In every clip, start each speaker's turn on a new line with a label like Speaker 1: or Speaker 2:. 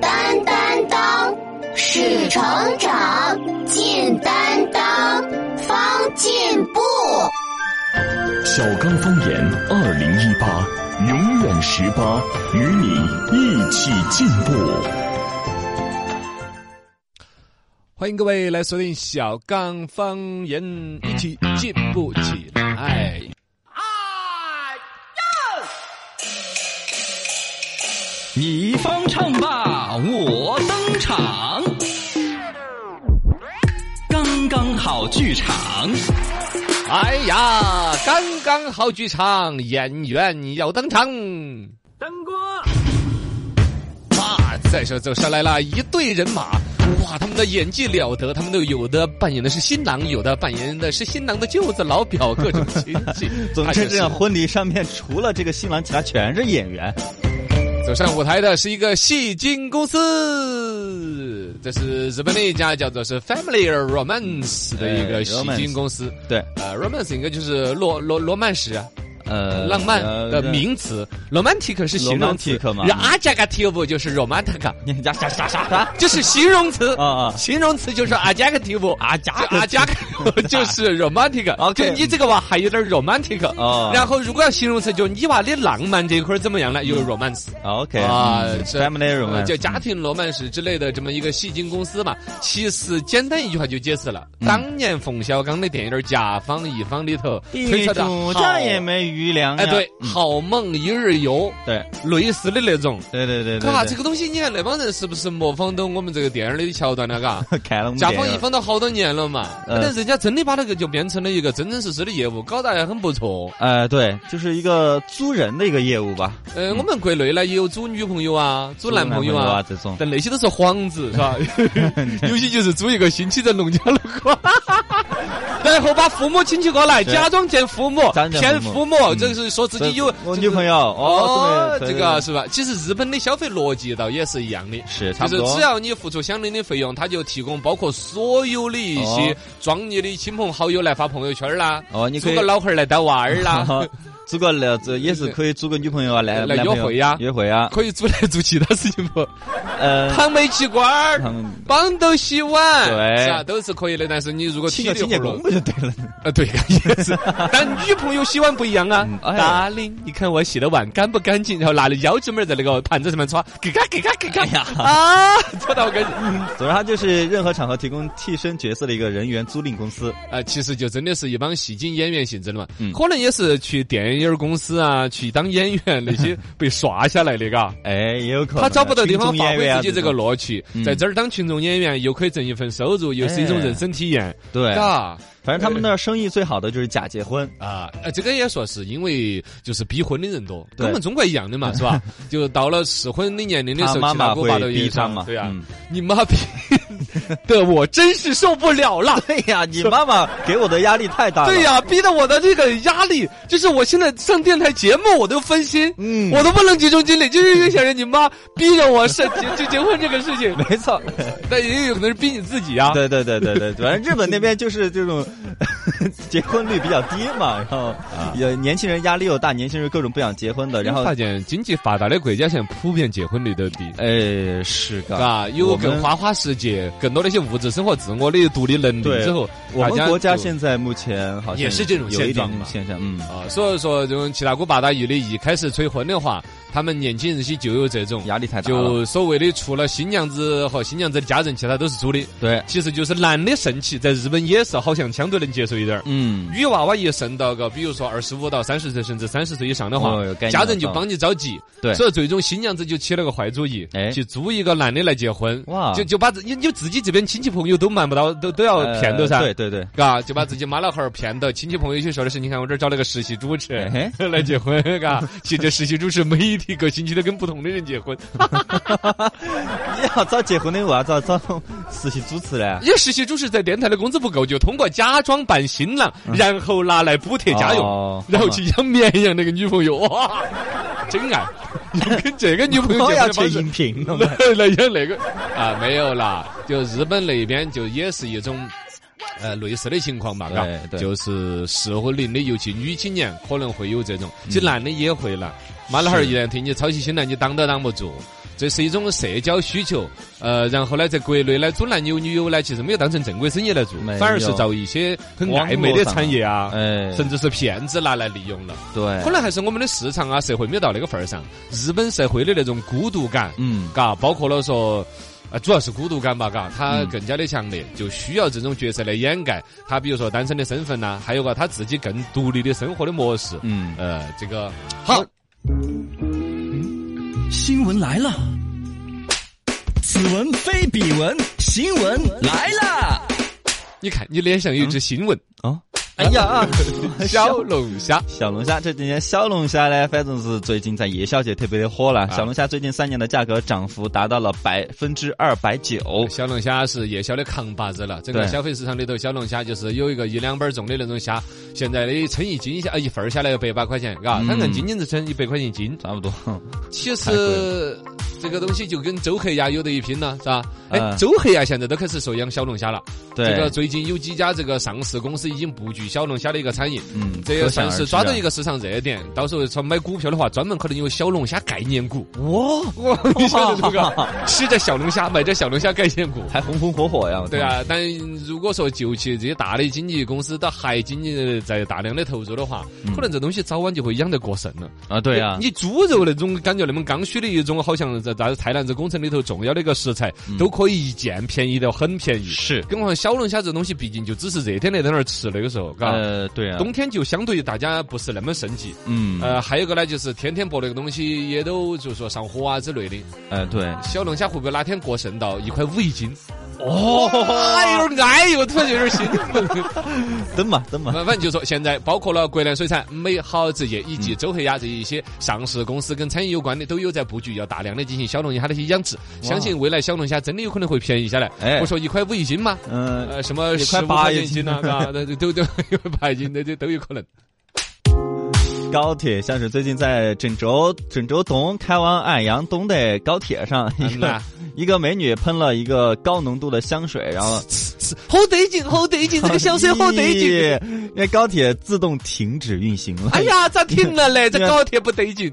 Speaker 1: 当当当，使成长，进担当，方进步。
Speaker 2: 小刚方言二零一八，永远十八，与你一起进步。
Speaker 3: 欢迎各位来锁定小刚方言，
Speaker 4: 嗯
Speaker 3: 一起进步起来。
Speaker 5: 你方唱罢我登场，刚刚好剧场，
Speaker 3: 哎呀，刚刚好剧场，演员要登场。
Speaker 5: 灯光
Speaker 3: 哇，再说走上来了一队人马，哇，他们的演技了得，他们都有的扮演的是新郎，有的扮演的是新郎的舅子、老表，各种亲
Speaker 4: 。
Speaker 3: 戚
Speaker 4: 总之，这
Speaker 3: 样
Speaker 4: 场婚礼上面除了这个新郎，其他全是演员。
Speaker 3: 走上舞台的是一个戏精公司，这是日本的一家叫做是 Family Romance 的一个
Speaker 4: 哎
Speaker 3: 戏精公司。
Speaker 4: 对，
Speaker 3: 呃，romance 应该就是罗罗罗曼史啊，
Speaker 4: 呃
Speaker 3: 浪漫
Speaker 4: 呃
Speaker 3: 的名词，romantic 是形容词
Speaker 4: romantic 嘛
Speaker 3: 然后 adjective 就是 romantic，啊
Speaker 4: 你呀啥啥啥啥
Speaker 3: 就是形容词
Speaker 4: 啊啊
Speaker 3: 形容词就是 adjective，
Speaker 4: 啊加
Speaker 3: 就 adjective 就是 romantic，啊
Speaker 4: OK
Speaker 3: 就你这个娃还有点 romantic，啊
Speaker 4: 哦
Speaker 3: 然后如果要形容词，就你娃的浪漫这一块儿怎么样呢？
Speaker 4: 嗯
Speaker 3: 有 romance。
Speaker 4: OK
Speaker 3: 啊
Speaker 4: 嗯
Speaker 3: 是
Speaker 4: ，Family
Speaker 3: 呃
Speaker 4: Room
Speaker 3: 就家庭罗曼史之类的这么一个戏精公司嘛。其实简单一句话就解释了，
Speaker 4: 嗯
Speaker 3: 当年冯小刚的电影《甲方乙方》里头推
Speaker 4: 地
Speaker 3: 测的
Speaker 4: 主
Speaker 3: 好
Speaker 4: 家也没余粮呀。
Speaker 3: 哎，
Speaker 4: 嗯
Speaker 3: 对，好梦一日游，
Speaker 4: 对
Speaker 3: 类似的那种。
Speaker 4: 对对对对，
Speaker 3: 嘎，
Speaker 4: 对
Speaker 3: 这个东西你看那帮人是不是模仿到我们这个电影里的桥段了？ 嘎，
Speaker 4: 开了我们
Speaker 3: 甲
Speaker 4: 电
Speaker 3: 方
Speaker 4: 影
Speaker 3: 乙方都好多年了嘛，
Speaker 4: 嗯
Speaker 3: 但人家真的把那个就变成了一个真真实实的业务，搞得还很不错。
Speaker 4: 呃，对，就是一个租人的一个业务吧，
Speaker 3: 呃，我们国内呢也有租女朋友啊，租男朋友啊，
Speaker 4: 这种。
Speaker 3: 但那些都是幌子，是吧？ 有些就是租一个星期在农家乐过， 然后把父母请起过来，
Speaker 4: 是
Speaker 3: 假装见父母，
Speaker 4: 假装见
Speaker 3: 骗
Speaker 4: 父母
Speaker 3: 父母，
Speaker 4: 嗯
Speaker 3: 这是说自
Speaker 4: 这
Speaker 3: 己有
Speaker 4: 我女朋友哦
Speaker 3: 哦，，
Speaker 4: 对
Speaker 3: 这
Speaker 4: 对
Speaker 3: 个
Speaker 4: 对
Speaker 3: 是吧？其实日本的消费逻辑倒也是一样的。
Speaker 4: 是差
Speaker 3: 就是
Speaker 4: 不
Speaker 3: 啊
Speaker 4: 多。
Speaker 3: 只要你付出相应的费用，他就提供包括所有的一些
Speaker 4: 哦
Speaker 3: 装你的亲朋好友来发朋友圈啦，
Speaker 4: 哦，你
Speaker 3: 租
Speaker 4: 可以
Speaker 3: 个脑壳儿来带娃儿 啦，
Speaker 4: 租个了，这也是可以租个女朋友啊，来
Speaker 3: 来
Speaker 4: 男
Speaker 3: 约
Speaker 4: 朋友
Speaker 3: 会呀
Speaker 4: 约会呀，
Speaker 3: 可以做来做其他事情不？
Speaker 4: 呃，
Speaker 3: 烫煤气罐
Speaker 4: 他
Speaker 3: 儿，
Speaker 4: 们
Speaker 3: 帮斗洗碗，
Speaker 4: 对
Speaker 3: 是啊，都是可以的。但是你如果体
Speaker 4: 请
Speaker 3: 力
Speaker 4: 个清洁
Speaker 3: 活
Speaker 4: 工
Speaker 3: 络，
Speaker 4: 不就对了？
Speaker 3: 呃，对，也是。但女朋友洗碗不一样啊
Speaker 4: 嗯，哎
Speaker 3: 达令，你看我洗的碗干不干净？然后拿着腰子妹儿在那个盘子上面搓，给嘎给嘎给嘎呀啊，搓到我跟。
Speaker 4: 哎总之，它就是任何场合提供替身角色的一个人员租赁公司。
Speaker 3: 啊，其实就真的是一帮戏精演员性质的嘛，
Speaker 4: 嗯
Speaker 3: 可能也是去电影公司啊，去当演员那些被刷下来的，嘎。
Speaker 4: 哎，也有可能
Speaker 3: 他找不到地方
Speaker 4: 群众
Speaker 3: 发
Speaker 4: 演
Speaker 3: 挥
Speaker 4: 员啊
Speaker 3: 自己这个乐趣，
Speaker 4: 嗯
Speaker 3: 在这儿当群众演员，又可以挣一份收入，又是一种人生体验，
Speaker 4: 种对，
Speaker 3: 嘎
Speaker 4: 反正他们那儿生意最好的就是假结婚。
Speaker 3: 啊！呃，这个也说是因为就是逼婚的人多，
Speaker 4: 对
Speaker 3: 跟我们中国一样 的嘛，是吧？就到了适婚的年龄的时
Speaker 4: 他
Speaker 3: 候，
Speaker 4: 妈
Speaker 3: 七大
Speaker 4: 妈
Speaker 3: 姑
Speaker 4: 会
Speaker 3: 八大
Speaker 4: 逼
Speaker 3: 姨
Speaker 4: 他
Speaker 3: 丈
Speaker 4: 嘛？
Speaker 3: 对啊
Speaker 4: 嗯，
Speaker 3: 你妈逼的，我真是受不了 了。
Speaker 4: 对哎呀，你妈妈给我的压力太大了。
Speaker 3: 对呀、逼得我的这个压力，就是我现在上电台节目我都分心，
Speaker 4: 嗯
Speaker 3: 我都不能集中精力，就是因为想着你妈逼着我 是结就结婚这个事情，
Speaker 4: 没错，
Speaker 3: 但也有可能是逼你自 己啊。
Speaker 4: 对对对对对，反正日本那边就是这种结婚率比较低嘛，然后
Speaker 3: 啊
Speaker 4: 有年轻人压力又大，年轻人各种不想结婚的，然后
Speaker 3: 发现经济发达的国家现在普遍结婚率都低。
Speaker 4: 哎是
Speaker 3: 是
Speaker 4: 的，
Speaker 3: 吧？啊有
Speaker 4: 我们
Speaker 3: 更花花世界、更多的一些物质生活、自我的独立能力
Speaker 4: 对
Speaker 3: 之后，
Speaker 4: 我
Speaker 3: 大
Speaker 4: 们国家
Speaker 3: 就
Speaker 4: 现在目前好像
Speaker 3: 也是这种
Speaker 4: 有一
Speaker 3: 现状
Speaker 4: 点
Speaker 3: 嘛
Speaker 4: 现象，嗯，
Speaker 3: 啊，所以说这种七大姑八大姨的，一开始催婚的话，他们年轻人些就有这种
Speaker 4: 压力太大了，
Speaker 3: 就所谓的除了新娘子和新娘子的家人，其他都是租的。
Speaker 4: 对，
Speaker 3: 其实就是男的盛起，在日本也是好像相对能接受一点儿。
Speaker 4: 嗯，
Speaker 3: 女娃娃一盛到个，比如说二十五到三十岁，甚至三十岁以上的话
Speaker 4: 哦有，概念
Speaker 3: 家人就
Speaker 4: 了
Speaker 3: 帮你着急。
Speaker 4: 对
Speaker 3: 所以最终新娘子就起了个坏主意
Speaker 4: 哎，
Speaker 3: 去租一个男的来结婚。
Speaker 4: 哇
Speaker 3: 就就把自你你自己这边亲戚朋友都瞒不到，都都要
Speaker 4: 呃
Speaker 3: 骗到噻。
Speaker 4: 对。对对，
Speaker 3: 嘎，就把自己妈老汉儿骗到，亲戚朋友就说的是，你看我这儿找了个实习主持
Speaker 4: 哎
Speaker 3: 来结婚，嘎，写着实习主持每一天个星期都跟不同的人结婚，
Speaker 4: 你要找结婚的，为啥子要找实习主持呢？
Speaker 3: 因为实习主持在电台的工资不够，就通过假装扮新郎，然后拿来补贴家用，
Speaker 4: 嗯哦
Speaker 3: 然后去养绵羊那个女朋友，哇，真 爱！跟这个女朋友
Speaker 4: 我
Speaker 3: 结
Speaker 4: 要
Speaker 3: 婚的
Speaker 4: 去
Speaker 3: 方式
Speaker 4: 应聘了嘛。
Speaker 3: 来来养 那个啊，没有啦，就日本那边就也是一种。呃，类似的情况嘛，嘎
Speaker 4: 哎对，对
Speaker 3: 就是适婚龄的，尤其女青年
Speaker 4: 嗯
Speaker 3: 可能会有这种，其实男的也会啦。妈老汉儿一旦听你操起心来，你挡都挡不住。这是一种社交需求。呃，然后呢，在国内呢，中南有女友呢，其实没有当成正规生意来做
Speaker 4: 没，有
Speaker 3: 反而是遭一些很暧昧的产业啊，
Speaker 4: 哎，
Speaker 3: 甚至是骗子拿来利用了。
Speaker 4: 对
Speaker 3: 可，能还是我们的市场啊，社会没有到那个份儿上。日本社会的那种孤独感，
Speaker 4: 嗯，
Speaker 3: 嘎，包括了说。啊，主要是孤独感吧，嘎，他
Speaker 4: 嗯
Speaker 3: 更加的强烈，就需要这种角色来掩盖他，比如说单身的身份呐、还有个他自己更独立的生活的模式，
Speaker 4: 嗯，
Speaker 3: 呃，这个好，
Speaker 5: 新闻来了，此文非彼文，新闻来了。
Speaker 3: 你看你脸上有一只新闻，
Speaker 4: 哦，哎呀，
Speaker 3: 小龙虾，
Speaker 4: 小龙虾，这几年小龙虾呢，反正是最近在夜宵界特别的火
Speaker 3: 啊
Speaker 4: 了。小龙虾最近三年的价格涨幅达到了百分之二百九，
Speaker 3: 小龙虾是夜宵的扛把子了。整个
Speaker 4: 对
Speaker 3: 消费市场里头，小龙虾就是有一个一两板重的那种虾，现在的称一斤下，呃一份儿下来要百把块钱，嘎，
Speaker 4: 嗯
Speaker 3: 它按斤斤是称一百块钱一斤。
Speaker 4: 差 不多。
Speaker 3: 其
Speaker 4: 太贵
Speaker 3: 实这个东西就跟周黑鸭有得一拼了，是吧？哎，
Speaker 4: 嗯
Speaker 3: 周黑鸭现在都开始说养小龙虾了。
Speaker 4: 对，
Speaker 3: 这个最近有几家这个上市公司已经布局小龙虾的一个产业。
Speaker 4: 嗯，
Speaker 3: 这也
Speaker 4: 可想
Speaker 3: 算
Speaker 4: 而
Speaker 3: 是
Speaker 4: 知
Speaker 3: 抓住
Speaker 4: 啊
Speaker 3: 一个市场热点，到时候说买股票的话，专门可能有小龙虾概念 股。
Speaker 4: 哇，
Speaker 3: 哇，你晓得这个吃着小龙虾，买着小龙虾概念股。
Speaker 4: 还红红火火呀！我
Speaker 3: 对
Speaker 4: 看，
Speaker 3: 啊，但如果说就其这些大的经纪公司到海经济在大量的投入的话，
Speaker 4: 嗯
Speaker 3: 可能这东西早晚就会养得过剩了。
Speaker 4: 啊对呀，
Speaker 3: 你猪肉那种感觉那么刚需的一种，好像在在菜篮子工程里头重要的一个食材，都可以一件便宜到很便宜。
Speaker 4: 嗯是
Speaker 3: 更何况小龙虾这东西，毕竟就只是热天来在那儿吃那个时候，嘎。
Speaker 4: 呃对啊，
Speaker 3: 冬天就相对大家不是那么盛极，
Speaker 4: 嗯
Speaker 3: 呃，还有一个呢，就是天天博那个东西也都就是说上火啊之类的。
Speaker 4: 呃对，
Speaker 3: 小龙虾会不会哪天过剩到一块五一斤？哦，哎呦，哎呦，突然就有点兴奋。
Speaker 4: 等嘛 等嘛，
Speaker 3: 反正就说现在包括了国南水产、美好职业以及周黑鸭这一些上市公司跟餐饮有关的，都有在布局，要大量的进行小龙虾的一些养殖。相信未来小龙虾真的有可能会便宜下来。
Speaker 4: 哎
Speaker 3: 我说一块五一斤嘛，
Speaker 4: 嗯，
Speaker 3: 呃，什么
Speaker 4: 一
Speaker 3: 十
Speaker 4: 块
Speaker 3: 五
Speaker 4: 八
Speaker 3: 块钱一
Speaker 4: 一
Speaker 3: 斤
Speaker 4: 斤
Speaker 3: 呐，对吧？那都都一块八一斤，那这都有 可能。
Speaker 4: 高铁像是最近在郑州郑州东开往安阳东的高铁上，一
Speaker 3: 嗯
Speaker 4: 个
Speaker 3: 呐
Speaker 4: 一个美女喷了一个高浓度的香水，然后
Speaker 3: 好得劲，好得 劲，这个香水好得 劲。
Speaker 4: 咦那高铁自动停止运行了。
Speaker 3: 哎呀，咋停了嘞？这高铁不得劲。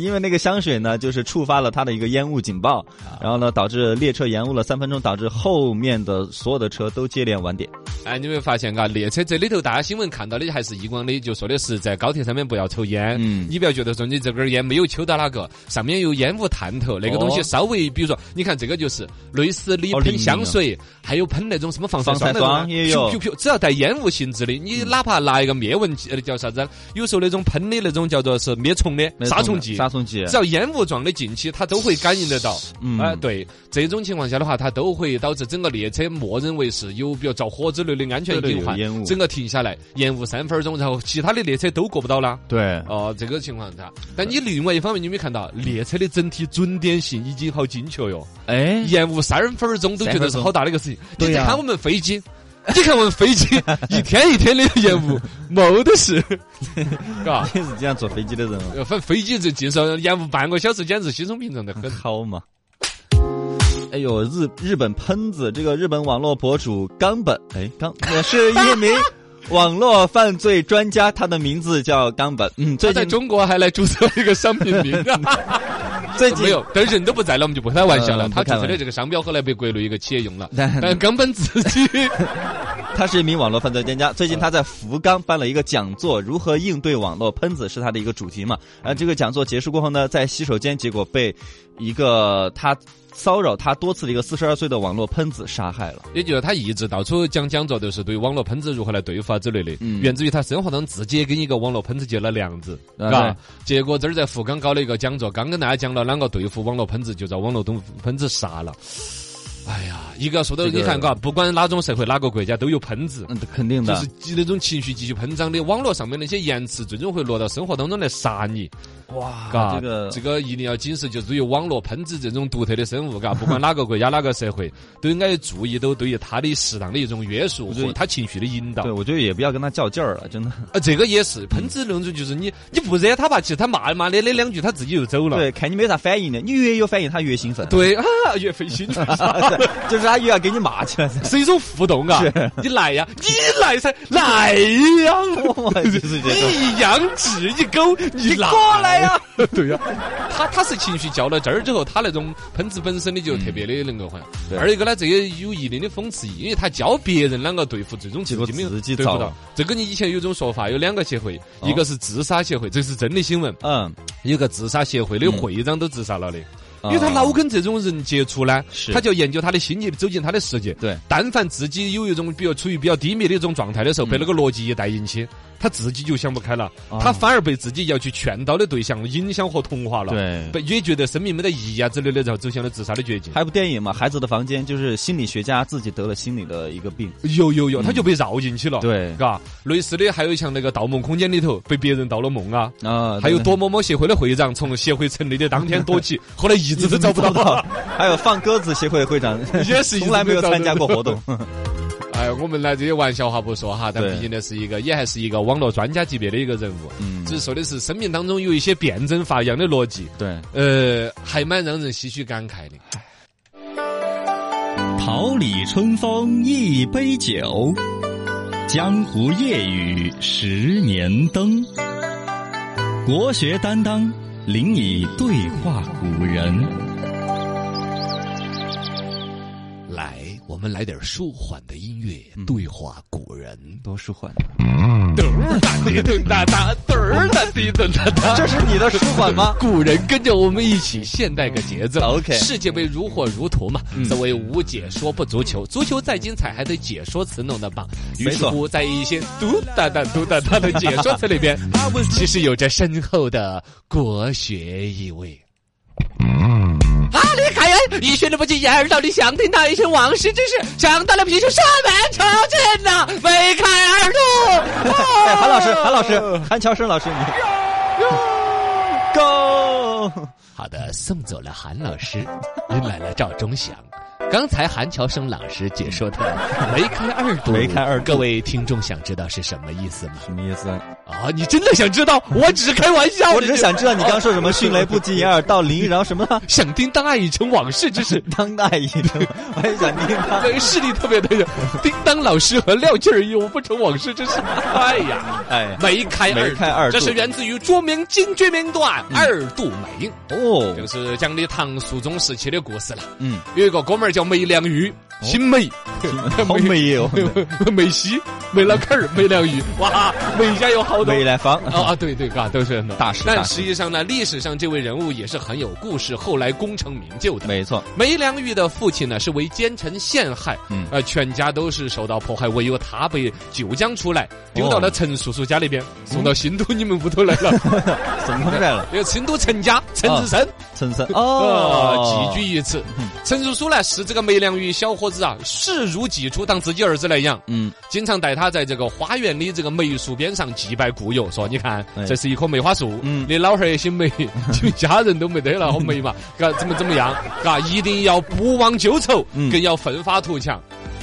Speaker 4: 因为那个香水呢，就是触发了它的一个烟雾警报，
Speaker 3: 啊
Speaker 4: 然后呢，导致列车延误了三分钟，导致后面的所有的车都接连晚点。
Speaker 3: 哎，你有没有发现嘎？列车这里头，大家新闻看到的还是以往的，就说的是在高铁上面不要抽烟。
Speaker 4: 嗯
Speaker 3: 你不要觉得说你这根儿烟没有抽到哪个，上面有烟雾探头，那个东西
Speaker 4: 哦
Speaker 3: 稍微，比如说，你看这个就是类似你
Speaker 4: 好灵
Speaker 3: 喷
Speaker 4: 敏啊
Speaker 3: 香水，还有喷那种什么防晒
Speaker 4: 防晒
Speaker 3: 霜那种啊，
Speaker 4: 霜也有
Speaker 3: 噗噗噗只要带烟雾性质的，你哪怕拿一个灭蚊剂，呃叫啥子啊？有时候那种喷的那种叫做是灭虫的杀虫剂，
Speaker 4: 杀虫剂，
Speaker 3: 只要烟雾状的进去，它都会感应得到。
Speaker 4: 嗯
Speaker 3: 啊，对，这种情况下的话，它都会导致整个列车默认为是有比如着火之类的安全
Speaker 4: 对对
Speaker 3: 隐患
Speaker 4: 有烟，雾
Speaker 3: 整个停下来延误三分钟，然后其他的列车都过不到啦。
Speaker 4: 对，
Speaker 3: 哦，这个情况下，但你另外一方面，你有没有看到列车的整体准点性已经好精确哟？
Speaker 4: 哎，
Speaker 3: 延误三分钟都觉得是好大的一个事情。
Speaker 4: 对
Speaker 3: 你
Speaker 4: 呀
Speaker 3: 再看我们飞机， 你看我们飞机一天一天的延 误，没得事，嘎。
Speaker 4: 也是这样坐飞机的人哦，
Speaker 3: 呃反正飞机这技术延误半个小时，简直稀松平常的很。
Speaker 4: 好嘛。哎呦，日日本喷子，这个日本网络博主冈本，哎，冈，我是一 名网络犯罪专家，他的名字叫冈本。嗯，
Speaker 3: 他
Speaker 4: 最
Speaker 3: 在
Speaker 4: 近
Speaker 3: 中国还来注册一个商品名，啊
Speaker 4: 最
Speaker 3: 没
Speaker 4: 近
Speaker 3: 有，等人都不在了，我们就不开玩笑了。
Speaker 4: 嗯
Speaker 3: 他
Speaker 4: 不
Speaker 3: 注
Speaker 4: 开玩嗯
Speaker 3: 册的这个商标后来被国内一个企业用了，
Speaker 4: 但
Speaker 3: 但冈本自己
Speaker 4: 他是一名网络犯罪专家，最近他在福冈办了一个讲座，如何应对网络喷子是他的一个主题嘛。啊，这个讲座结束过后呢，在洗手间，结果被一个他骚扰他多次的一个四十二岁的网络喷子杀害了。
Speaker 3: 也就是他一直到处讲讲座，都是对网络喷子如何来对付啊之类的，
Speaker 4: 嗯
Speaker 3: 源自于他生活当中自己也跟一个网络喷子结了梁子，
Speaker 4: 啊
Speaker 3: 嘎。结果这儿在福冈搞了一个讲座，刚跟大家讲了啷个对付网络喷子，就遭网络东喷子杀了。哎呀，一个说到
Speaker 4: 这个
Speaker 3: 你看，嘎，不管哪种社会、哪个国家都有喷子。
Speaker 4: 嗯，肯定
Speaker 3: 就
Speaker 4: 的
Speaker 3: 是。激那种情绪继续膨胀的，网络上面那些言辞，最终会落到生活当中来杀你，
Speaker 4: 哇
Speaker 3: 嘎。
Speaker 4: 啊这个
Speaker 3: 这个一定要警示，就是有网络喷子这种独特的生物， 嘎，不管哪个国家哪个社会，都应该注意都对于他的适当的一种约束
Speaker 4: 我觉得
Speaker 3: 和他情绪的引导
Speaker 4: 对，。我觉得也不要跟他较劲儿了，真的。
Speaker 3: 啊，这个也是喷子那种，就是你你不惹他吧，其实他骂骂咧咧两句，他自己就走了。
Speaker 4: 对，看你没啥反应的，你越有反应，他越兴 奋。
Speaker 3: 对啊，越 费心。
Speaker 4: 对，就是他越要给你骂起来。
Speaker 3: 是一种互动啊！你来呀，你来噻，来 呀！
Speaker 4: 我就是觉得。
Speaker 3: 你养鸡，你狗，你来
Speaker 4: 过来呀！
Speaker 3: 对呀、他他是情绪较到这儿之后，他那种喷子本身的就特别的能够缓。
Speaker 4: 嗯对
Speaker 3: 二一个呢，这也有一定的讽刺意，因为他教别人啷个对付这种
Speaker 4: 结
Speaker 3: 自
Speaker 4: 果
Speaker 3: 己没有
Speaker 4: 自己
Speaker 3: 对付
Speaker 4: 遭
Speaker 3: 到
Speaker 4: 了。哦
Speaker 3: 这跟你以前有种说法，有两个协会，一个是自杀协会，这是真的新闻，
Speaker 4: 嗯，
Speaker 3: 有个自杀协会的会长都自杀了的。因为他
Speaker 4: 啊
Speaker 3: 老跟这种人接触呢，
Speaker 4: 是
Speaker 3: 他就研究他的心理，走进他的世界。
Speaker 4: 对
Speaker 3: 但凡自己有一种比较处于比较低迷的一种状态的时
Speaker 4: 嗯
Speaker 3: 候，被那个逻辑一带引起，他自己就想不开了，
Speaker 4: 哦
Speaker 3: 他反而被自己要去劝导的对象影响和同化了，
Speaker 4: 对
Speaker 3: 被，也觉得生命没得意义啊之类的，然后走向了自杀的绝境。
Speaker 4: 还有部电影嘛，《孩子的房间》，就是心理学家自己得了心理的一个病。
Speaker 3: 有有有，他就被绕进去了，
Speaker 4: 对
Speaker 3: 嘎。类似的还有像那个《盗梦空间》里头被别人盗了梦啊，
Speaker 4: 啊，
Speaker 3: 还有
Speaker 4: 对
Speaker 3: 躲猫猫协会的会长从协会成立的当天躲起，后来一直都找不到。，
Speaker 4: 还有放鸽子协会会 长，
Speaker 3: 也是一直
Speaker 4: 从来没有参加过活 动。
Speaker 3: 哎，我们来这些玩笑话不说哈，但
Speaker 4: 对
Speaker 3: 毕竟呢是一个，也还是一个网络专家级别的一个人物。
Speaker 4: 嗯
Speaker 3: 只是说的是生命当中有一些辩证法一样的逻辑，
Speaker 4: 对，
Speaker 3: 呃，还蛮让人唏嘘感慨的。
Speaker 5: 桃李春风一杯酒，江湖夜雨十年灯。国学担当，临以对话古人。
Speaker 3: 来，我们来点舒缓的音乐，对话古人。
Speaker 4: 多舒缓，
Speaker 3: 嘚儿哒滴噔哒哒，嘚儿哒滴噔哒哒。
Speaker 4: 这是你的舒缓吗？
Speaker 3: 古人跟着我们一起现代个节奏。
Speaker 4: OK
Speaker 3: 世界杯如火如荼嘛，所谓无解说不足球，足球再精彩还得解说词弄得棒。于
Speaker 4: 没
Speaker 3: 是
Speaker 4: 错
Speaker 3: 乎，在一些嘟哒哒嘟哒哒的解说词里边，其实有着深厚的国学意味。啊，李凯恩，一学的不禁掩耳盗铃，想听到一些往事之事，想到了贫穷山门朝阵呐，梅开二度。
Speaker 4: 哎，韩老师，韩老师，韩乔生老师，你 go。
Speaker 3: 好的，送走了韩老师，迎来了赵忠祥。刚才韩乔生老师解说的“梅开二度”，
Speaker 4: 梅开二度
Speaker 3: 各位听众想知道是什么意思吗？
Speaker 4: 什么意思？
Speaker 3: 啊、你真的想知道？我只是开玩笑，
Speaker 4: 我只是想知道你刚说什么“迅雷不及掩耳盗铃”，然后什么呢
Speaker 3: 想听当爱已成往事之事。
Speaker 4: 当代医生，我也想听他。
Speaker 3: 这个视力特别的，叮当老师和廖劲儿有不成往事之事。 哎呀，
Speaker 4: 哎呀，
Speaker 3: 梅开二度嗯
Speaker 4: 梅开二度
Speaker 3: 这是源自于著名京剧名段《二度梅》，
Speaker 4: 哦，
Speaker 3: 就是讲的唐肃宗时期的故事了。
Speaker 4: 嗯，
Speaker 3: 有一个哥们儿叫梅良玉，姓梅，
Speaker 4: 哦好 美哦，
Speaker 3: 梅西、梅老 坎儿、梅良玉，哇，梅家有好多
Speaker 4: 美。来方
Speaker 3: 啊啊，对对，嘎，都是很多
Speaker 4: 大师大
Speaker 3: 但
Speaker 4: 师
Speaker 3: 实际上呢，历史上这位人物也是很有故事，后来功成名就的。
Speaker 4: 没错，
Speaker 3: 梅良玉的父亲呢是为奸臣陷害，
Speaker 4: 嗯
Speaker 3: 呃，全家都是受到迫害，唯有他被九江出
Speaker 4: 哦
Speaker 3: 来，丢到了陈叔叔家里边，
Speaker 4: 嗯
Speaker 3: 送到新都你们屋头 来了。
Speaker 4: 怎么回来了？
Speaker 3: 那个新都陈家陈志深
Speaker 4: 陈森
Speaker 3: 啊
Speaker 4: 哦，
Speaker 3: 寄居于此。陈叔叔呢是这个梅良玉小伙子啊，视如己出，当自己儿子来养。
Speaker 4: 嗯，
Speaker 3: 经常带他在这个花园里这个梅树边上祭拜故友，说你看
Speaker 4: 哎
Speaker 3: 这是一棵梅花树，
Speaker 4: 嗯
Speaker 3: 你老汉儿也姓梅， 就家人都没得了，好梅嘛，嘎怎么怎么样，嘎一定要不忘旧仇，
Speaker 4: 嗯
Speaker 3: 更要奋发图强。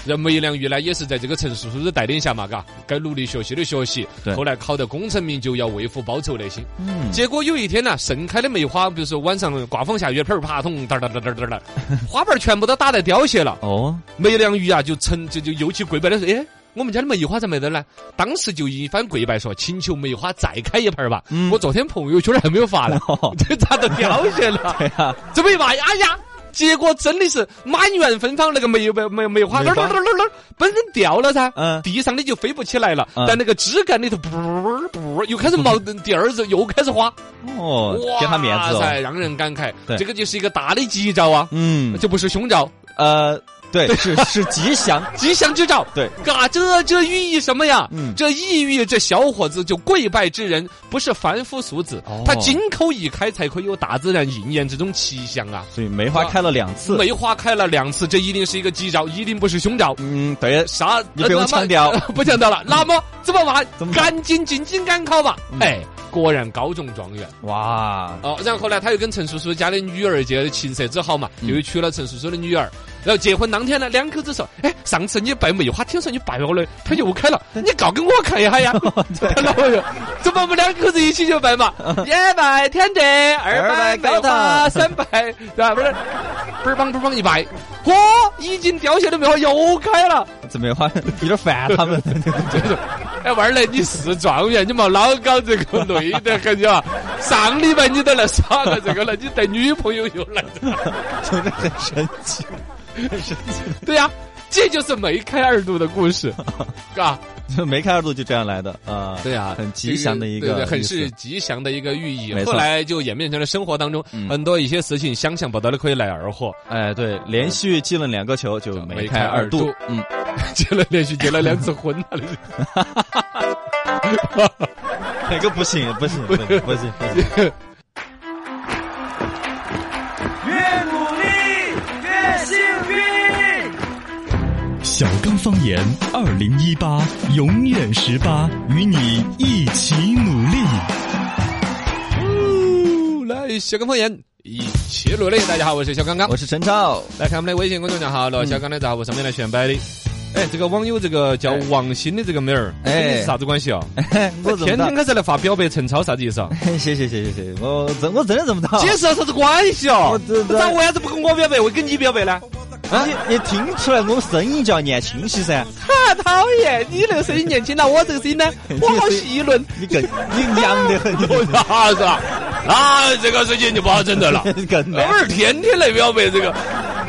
Speaker 3: 这梅良玉呢，也是在这个陈叔叔的带领下嘛，嘎，该努力学习的学习，
Speaker 4: 对嗯
Speaker 3: 后来考得功成名就，要为父报仇那些。结果有一天呢，盛开的梅花，比如说晚上刮风下雨，盆儿啪通，哒哒哒哒哒哒，花瓣儿全部都打得凋谢了。
Speaker 4: 哦，
Speaker 3: 梅良玉啊，就成就就尤其跪拜的说：“哎，我们家的梅花咋没得呢？”当时就一番跪拜说：“请求梅花再开一盘儿吧！
Speaker 4: 嗯哦
Speaker 3: 我昨天朋友圈儿还没有发呢， 这咋都凋谢了？
Speaker 4: 对呀，
Speaker 3: 这么一拔，哎呀！”结果真的是满园芬芳，那个梅梅梅梅花，
Speaker 4: 梅
Speaker 3: 那
Speaker 4: 花
Speaker 3: 儿那儿那儿那儿本身掉了噻，
Speaker 4: 嗯
Speaker 3: 地上的就飞不起来了，
Speaker 4: 嗯
Speaker 3: 但那个枝干里头不不又开始冒，第二日又开始花，
Speaker 4: 哦，给他面子
Speaker 3: 哇塞
Speaker 4: 哦，
Speaker 3: 让人感慨
Speaker 4: 对。
Speaker 3: 这个就是一个大的吉兆啊，
Speaker 4: 嗯，
Speaker 3: 这不是凶兆，
Speaker 4: 呃，对，是是吉祥，
Speaker 3: 吉祥之兆。
Speaker 4: 对，
Speaker 3: 嘎，这这寓意什么呀？
Speaker 4: 嗯
Speaker 3: 这意喻这小伙子就跪拜之人不是凡夫俗子，
Speaker 4: 哦
Speaker 3: 他井口一开才可以有大自然应验这种奇象啊。
Speaker 4: 所以梅花开了 两次，
Speaker 3: 梅花开了两次，这一定是一个吉兆，一定不是凶兆。
Speaker 4: 嗯，对，
Speaker 3: 啥？呃
Speaker 4: 你不用
Speaker 3: 那么
Speaker 4: 强调
Speaker 3: 不强调了。那么怎么 办
Speaker 4: 怎？么嗯办
Speaker 3: 赶紧进京赶考吧。哎，果然高中状元。
Speaker 4: 哇，
Speaker 3: 哦，然后呢，他又跟陈叔叔家的女儿结了琴瑟之好嘛，又娶了陈叔叔的女儿。然后结婚当天呢，两口子说：“哎，上次你拜梅花，听说你拜我了，它又开了，你告给我看一下呀。”他老婆说：“怎么我们两口子一起就拜嘛？一拜天地，二
Speaker 4: 二
Speaker 3: 拜
Speaker 4: 拜高
Speaker 3: 梅
Speaker 4: 堂
Speaker 3: 花，三拜，啊不是，嘣儿梆嘣儿梆一摆，嚯、一斤凋谢的梅花又开了。
Speaker 4: 怎么话有点烦啊他 们。
Speaker 3: 哎，娃儿嘞，你是状元，你嘛老搞这个累得很呀！上礼拜你都来耍了这个了，你带女朋友又来了，
Speaker 4: 真的很神奇，很神奇。
Speaker 3: 对呀、这就是梅开二度的故事，啊，
Speaker 4: 就梅开二度就这样来的啊、
Speaker 3: 对呀、
Speaker 4: 很吉祥的一个
Speaker 3: 对对很
Speaker 4: 意思
Speaker 3: 是吉祥的一个寓意
Speaker 4: 没。错
Speaker 3: 后来就演变成了生活当中、
Speaker 4: 嗯
Speaker 3: 很多一些事情，想想不到的可以来二货，
Speaker 4: 哎，对，连续进了两个球就梅开二
Speaker 3: 梅开
Speaker 4: 度
Speaker 3: 二。
Speaker 4: 嗯，
Speaker 3: 结了连续结了两次婚了。
Speaker 4: 哪个不行？不行，不 行，不行。
Speaker 5: 小刚方言二零一八，永远十八，与你一起努力。
Speaker 3: 哦来，小刚方言一起努力。大家好，我是小刚刚
Speaker 4: 我。是陈 超，
Speaker 3: 来看我们的微信公众账号
Speaker 4: 嗯
Speaker 3: “罗小刚的账户”上面来选摆的。哎，这个网友这个叫王鑫的这个妹儿，
Speaker 4: 哎
Speaker 3: 跟你是啥子关系啊？
Speaker 4: 我怎么
Speaker 3: 天
Speaker 4: 大
Speaker 3: 天？开始来发表白陈超啥子意 思啊？
Speaker 4: 谢谢谢谢谢谢，我真我真的这么大。
Speaker 3: 解释啥子关系啊？
Speaker 4: 我这这
Speaker 3: 咋为啥子不跟我表白，会跟你表白 呢？
Speaker 4: 啊你你听出来我声音较年轻些噻？
Speaker 3: 太讨厌！你那个声音年轻了，我这个 声音呢，我好细嫩。
Speaker 4: 你更你娘的很，
Speaker 3: 我啥子啊？那这个事情就不好整的 了。
Speaker 4: 你更
Speaker 3: 那
Speaker 4: 难
Speaker 3: 会。儿天天来表白，这个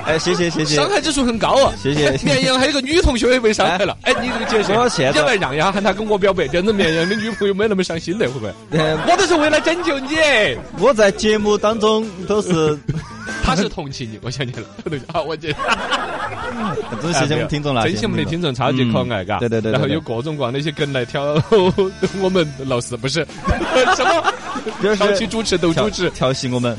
Speaker 4: 哎，谢谢谢谢。
Speaker 3: 伤害指数很高啊！
Speaker 4: 谢谢
Speaker 3: 绵阳还有个女同学也被伤害了。哎，你这个解释，
Speaker 4: 我现在
Speaker 3: 要不然让一下，喊他跟我表白，这样子绵阳的女朋友没那么伤心的，会 不会？
Speaker 4: 呃，
Speaker 3: 我都是为了拯救你，
Speaker 4: 我在节目当中都 是
Speaker 3: 他是同情你，我想起来了，对啊，我 觉得
Speaker 4: 真谢谢我们听众了，
Speaker 3: 真心我们的听众超级可爱，啊嘎、
Speaker 4: 嗯对对对对
Speaker 3: 然后
Speaker 4: 对
Speaker 3: 有各种各样的一些梗来挑 我们老师不是 什
Speaker 4: 比如
Speaker 3: 么
Speaker 4: 说
Speaker 3: 挑起主持斗
Speaker 4: 调
Speaker 3: 主持，
Speaker 4: 调戏我 们，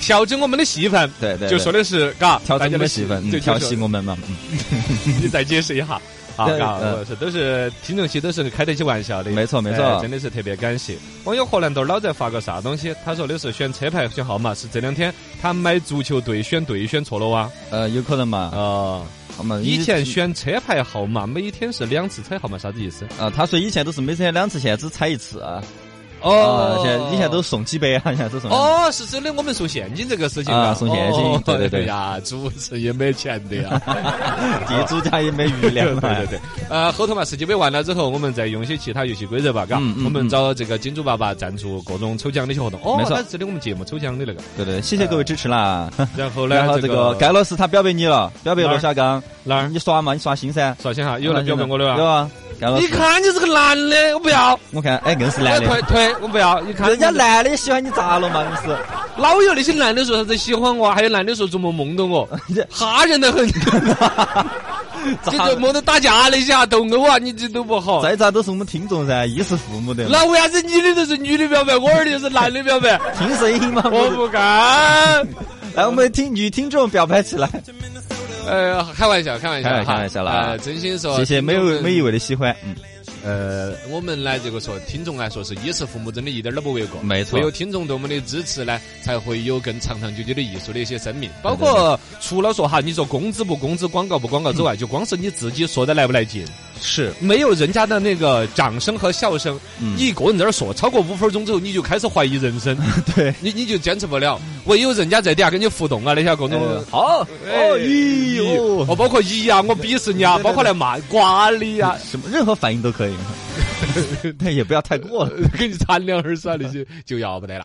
Speaker 3: 调整我们的戏份，
Speaker 4: 对对对
Speaker 3: 就说的是嘎，
Speaker 4: 调
Speaker 3: 大
Speaker 4: 整
Speaker 3: 家
Speaker 4: 我们
Speaker 3: 的
Speaker 4: 媳妇，嗯
Speaker 3: 对，
Speaker 4: 调
Speaker 3: 就是
Speaker 4: 戏我们嘛。嗯
Speaker 3: 你再解释一 下。啊，
Speaker 4: 对
Speaker 3: 嘎
Speaker 4: 嗯
Speaker 3: 是都是听众些都是开得起玩笑的，
Speaker 4: 没错没
Speaker 3: 哎
Speaker 4: 错
Speaker 3: 真的是特别感谢。网友荷兰豆儿老在发个啥东西？他说的是选车牌选号码，是这两天他买足球队选队选错了哇。
Speaker 4: 呃，有可能嘛。
Speaker 3: 啊，
Speaker 4: 我们
Speaker 3: 以前选车牌号码，每天是两次车号码，啥子意思？
Speaker 4: 啊，他说以前都是每天两次，现在只猜一次啊。啊现在以前都送几百啊， 现在都送。
Speaker 3: 哦，是真的，我们送现金这个事情
Speaker 4: 啊送现金
Speaker 3: 哦
Speaker 4: 对对对
Speaker 3: 哎呀，主持也没钱的呀。
Speaker 4: 地主家也没余
Speaker 3: 对
Speaker 4: 粮 啊
Speaker 3: 对对
Speaker 4: 了。
Speaker 3: 对，呃，后头嘛，世界杯完了之后，我们再用一些其他游戏规则吧，嘎、
Speaker 4: 嗯嗯
Speaker 3: 我们找这个金主爸爸赞助各种抽奖的一些活动。哦，
Speaker 4: 没错
Speaker 3: 那是的，我们节目抽奖的那个。
Speaker 4: 对对，谢谢各位支持啦。
Speaker 3: 呃然后呢，
Speaker 4: 然后这个
Speaker 3: 该
Speaker 4: 盖老师他表白你了，表白
Speaker 3: 哪儿
Speaker 4: 罗小刚，
Speaker 3: 哪儿？
Speaker 4: 你耍嘛，你耍心噻。
Speaker 3: 首先哈，有人表白我的
Speaker 4: 有
Speaker 3: 吧？
Speaker 4: 啊，盖老
Speaker 3: 你
Speaker 4: 师，
Speaker 3: 看你是个男的，我不要，
Speaker 4: 我看，哎，硬是
Speaker 3: 我
Speaker 4: 男的，
Speaker 3: 退退，我不要。你看
Speaker 4: 人家男的喜欢你咋了嘛？你是。
Speaker 3: 老有那些男的说啥子喜欢我，还有男的说做梦梦到我， 吓人 得很。这
Speaker 4: 咋
Speaker 3: 个梦到打架那些啊，斗殴啊，你这都不好。
Speaker 4: 再咋都是我们听众噻，衣食父母的，
Speaker 3: 那为啥子你的都是女的表白，我的就是男的表白？
Speaker 4: 听声音嘛。
Speaker 3: 我不干。
Speaker 4: 来，我们听女听众表白起来，
Speaker 3: 呃，开玩笑，开玩笑
Speaker 4: 开玩
Speaker 3: 哈，
Speaker 4: 笑开玩笑啦
Speaker 3: 呃真心说，
Speaker 4: 谢谢每位每一
Speaker 3: 位。
Speaker 4: 位的喜欢。嗯，
Speaker 3: 呃，我们来这个说，听众来说是衣食父母，真的一点儿都不为过。
Speaker 4: 没错
Speaker 3: 唯有听众对我们的支持呢，才会有更长长久久的艺术的一些生命。包括除了说哈，你说工资不工资、广告不广告之外，就光是你自己说的来不来劲，
Speaker 4: 是，
Speaker 3: 没有人家的那个掌声和笑声，
Speaker 4: 嗯
Speaker 3: 你一个人在那儿说，超过五分钟之后，你就开始怀疑人生，
Speaker 4: 对，
Speaker 3: 你你就坚持不了。唯有人家在底下跟你互动啊，那些各种。
Speaker 4: 呃好，
Speaker 3: 哎
Speaker 4: 哦哟，
Speaker 3: 哦，包括姨呀、我鄙视你啊，包括来骂瓜你啊 呀、
Speaker 4: 什么任何反应 都可以，但也不要太过了。
Speaker 3: 啊给你残两耳屎那些就要不得了。